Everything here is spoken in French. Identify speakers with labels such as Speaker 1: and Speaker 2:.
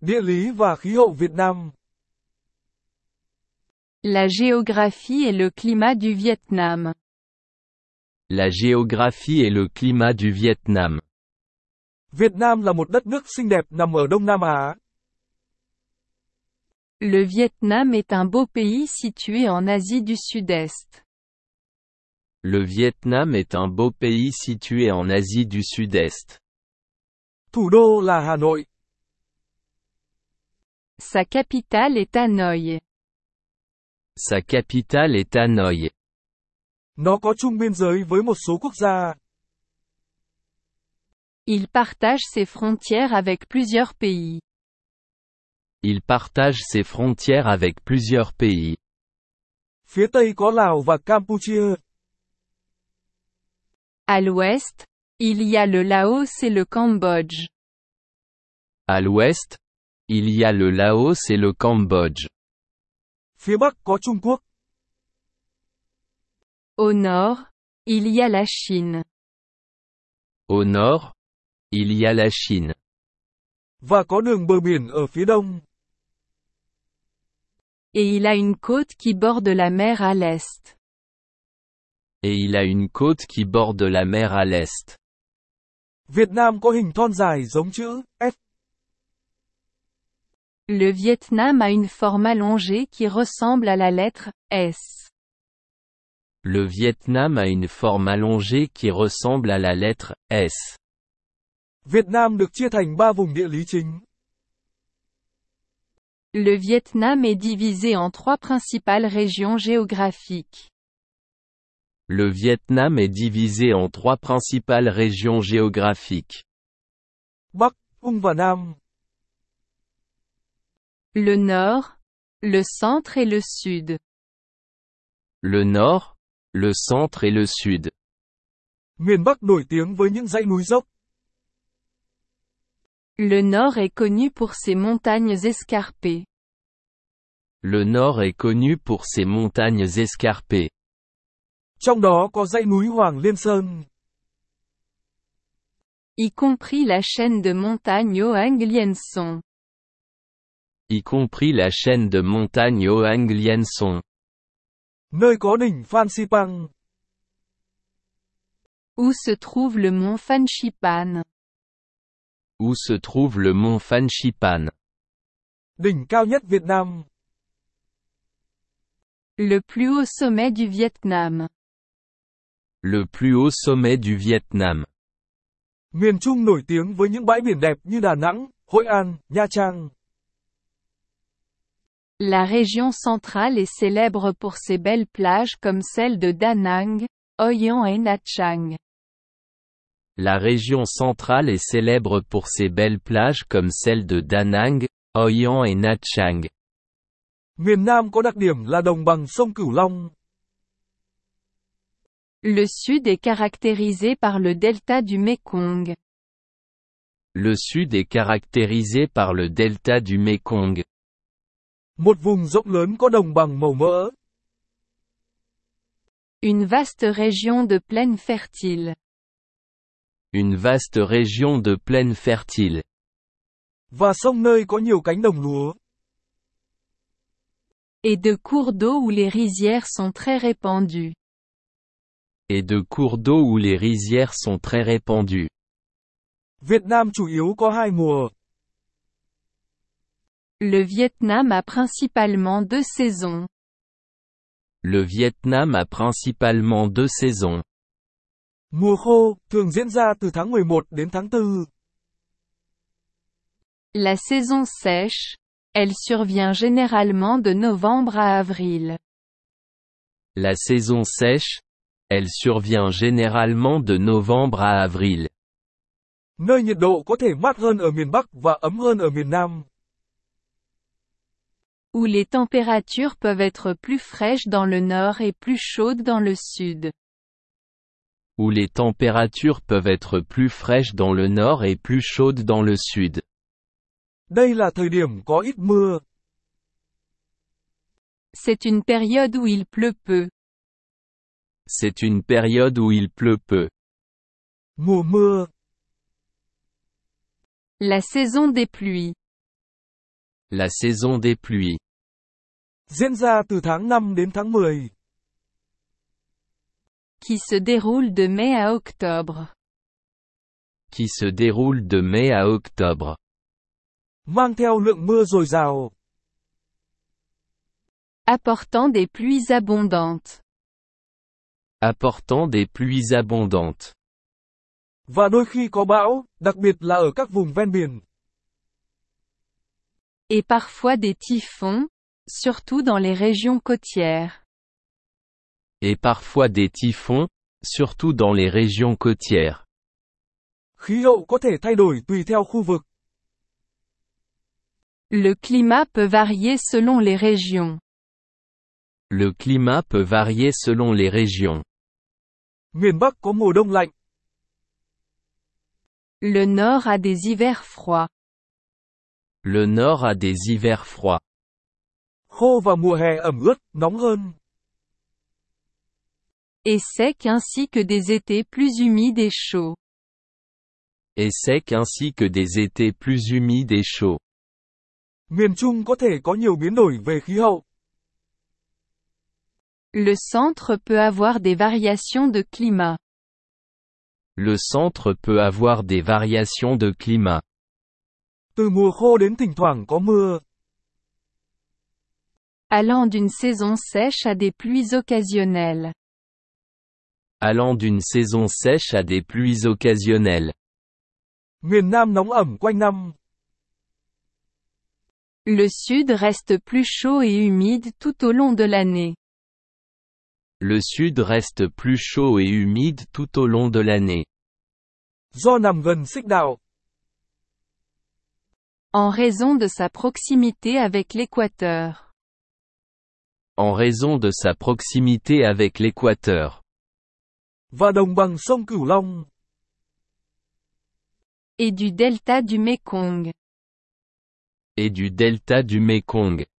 Speaker 1: Địa lý và khí hậu Việt Nam
Speaker 2: La géographie et le climat du Vietnam.
Speaker 3: La géographie et le climat du Vietnam.
Speaker 1: Việt Nam là một đất nước xinh đẹp nằm ở Đông Nam Á.
Speaker 2: Le Vietnam est un beau pays situé en Asie du Sud-Est.
Speaker 3: Le Vietnam est un beau pays situé en Asie du Sud-Est.
Speaker 1: Thủ đô là Hà Nội.
Speaker 2: Sa capitale est Hanoï.
Speaker 3: Sa capitale est Hanoï.
Speaker 1: Nó có chung biên giới với một số quốc gia.
Speaker 2: Il partage ses frontières avec plusieurs pays.
Speaker 3: Il partage ses frontières avec plusieurs pays.
Speaker 1: Phía Tây có Lào và Campuchia.
Speaker 2: À l'ouest, il y a le Laos et le Cambodge.
Speaker 3: À l'ouest, il y a le Laos et le Cambodge.
Speaker 1: Phía Bắc có Trung Quốc.
Speaker 2: Au nord, il y a la Chine.
Speaker 3: Au nord, il y a la Chine.
Speaker 1: Và có đường bờ biển ở phía Đông.
Speaker 2: Et il a une côte qui borde la mer à l'est.
Speaker 3: Et il a une côte qui borde la mer à l'est.
Speaker 1: Việt Nam có hình thon dài giống chữ S.
Speaker 2: Le Vietnam a une forme allongée qui ressemble à la lettre S.
Speaker 3: Le Vietnam a une forme allongée qui ressemble à la lettre S.
Speaker 1: Việt Nam được chia thành ba vùng địa lý chính.
Speaker 2: Le Vietnam est divisé en trois principales régions géographiques.
Speaker 3: Le Vietnam est divisé en trois principales régions géographiques.
Speaker 1: Bắc, Trung và Nam.
Speaker 2: Le nord, le centre et le sud.
Speaker 3: Le nord, le centre et le sud.
Speaker 1: Miền Bắc nổi tiếng với những dãy núi dốc.
Speaker 2: Le nord est connu pour ses montagnes escarpées.
Speaker 3: Le nord est connu pour ses montagnes escarpées.
Speaker 1: Trong đó có dãy núi Hoàng Liên Sơn.
Speaker 2: y compris la chaîne de montagnes Hoang Lien Son.
Speaker 3: y compris la chaîne de montagnes Hoang Lien Son,
Speaker 1: Nơi có đỉnh Phan Xipang.
Speaker 2: Où se trouve le mont Fanchipan
Speaker 3: où se trouve le mont Fanchipan,
Speaker 1: Đỉnh cao nhất Việt Nam.
Speaker 2: Le plus haut sommet du Vietnam.
Speaker 3: le plus haut sommet du Vietnam.
Speaker 1: Miền Trung nổi tiếng với những bãi biển đẹp như Đà Nẵng, Hội An, Nha Trang.
Speaker 2: La région centrale est célèbre pour ses belles plages comme celle de Da Nang, Hoi An et Nha Trang.
Speaker 3: La région centrale est célèbre pour ses belles plages comme celles de Da Nang, Hoi An et Nha Trang.
Speaker 1: Miền Nam có đặc điểm là đồng bằng sông Cửu Long.
Speaker 2: Le sud est caractérisé par le delta du Mekong.
Speaker 3: Le sud est caractérisé par le delta du Mekong,
Speaker 1: Một vùng rộng lớn có đồng bằng màu mỡ.
Speaker 2: Une vaste région de plaines fertiles.
Speaker 3: une vaste région de plaines fertiles,
Speaker 1: Và sông nơi có nhiều cánh đồng lúa.
Speaker 2: Et de cours d'eau où les rizières sont très répandues.
Speaker 3: et de cours d'eau où les rizières sont très répandues.
Speaker 1: Việt Nam chủ yếu có hai mùa.
Speaker 2: Le Vietnam a principalement deux saisons.
Speaker 3: Le Vietnam a principalement deux saisons.
Speaker 1: Mùa khô thường diễn ra từ tháng 11 đến tháng 4.
Speaker 2: La saison sèche, elle survient généralement de novembre à avril.
Speaker 3: La saison sèche, elle survient généralement de novembre à avril.
Speaker 1: Nơi nhiệt độ có thể mát hơn ở miền Bắc và ấm hơn ở miền Nam.
Speaker 2: Où les températures peuvent être plus fraîches dans le nord et plus chaudes dans le sud.
Speaker 3: où les températures peuvent être plus fraîches dans le nord et plus chaudes dans le sud.
Speaker 1: Đây là thời điểm có ít mưa.
Speaker 2: C'est une période où il pleut peu.
Speaker 3: C'est une période où il pleut peu.
Speaker 1: Mùa mưa
Speaker 2: La saison des pluies.
Speaker 3: La saison des pluies.
Speaker 1: diễn ra từ tháng 5 đến tháng 10,
Speaker 2: qui se déroule de mai à octobre.
Speaker 3: Qui se déroule de mai à octobre.
Speaker 1: mang theo lượng mưa dồi dào,
Speaker 2: Apportant des pluies abondantes.
Speaker 3: Apportant des pluies abondantes.
Speaker 1: và đôi khi có bão, đặc biệt là ở các vùng ven biển,
Speaker 2: Et parfois des typhons, surtout dans les régions côtières.
Speaker 3: Et parfois des typhons, surtout dans les régions côtières.
Speaker 1: khí hậu có thể thay đổi tùy theo khu vực,
Speaker 2: Le climat peut varier selon les régions.
Speaker 3: Le climat peut varier selon les régions.
Speaker 1: miền Bắc có mùa đông lạnh,
Speaker 2: Le nord a des hivers froids.
Speaker 3: Le nord a des hivers froids.
Speaker 1: khô và mùa hè ẩm ướt, nóng hơn,
Speaker 2: et sec ainsi que des étés plus humides et chauds.
Speaker 3: et secs ainsi que des étés plus humides et chauds.
Speaker 1: miền Trung có thể có nhiều biến đổi về khí hậu,
Speaker 2: Le centre peut avoir des variations de climat.
Speaker 3: Le centre peut avoir des variations de climat,
Speaker 1: từ mùa khô đến thỉnh thoảng có mưa,
Speaker 2: Allant d'une saison sèche à des pluies occasionnelles.
Speaker 3: allant d'une saison sèche à des pluies occasionnelles.
Speaker 1: miền Nam nóng ẩm quanh năm,
Speaker 2: Le sud reste plus chaud et humide tout au long de l'année.
Speaker 3: Le sud reste plus chaud et humide tout au long de l'année.
Speaker 1: do nằm gần xích đạo,
Speaker 2: En raison de sa proximité avec l'équateur.
Speaker 3: En raison de sa proximité avec l'équateur
Speaker 1: và đồng bằng sông Cửu Long,
Speaker 2: Et du delta du Mékong.
Speaker 3: et du delta du Mékong,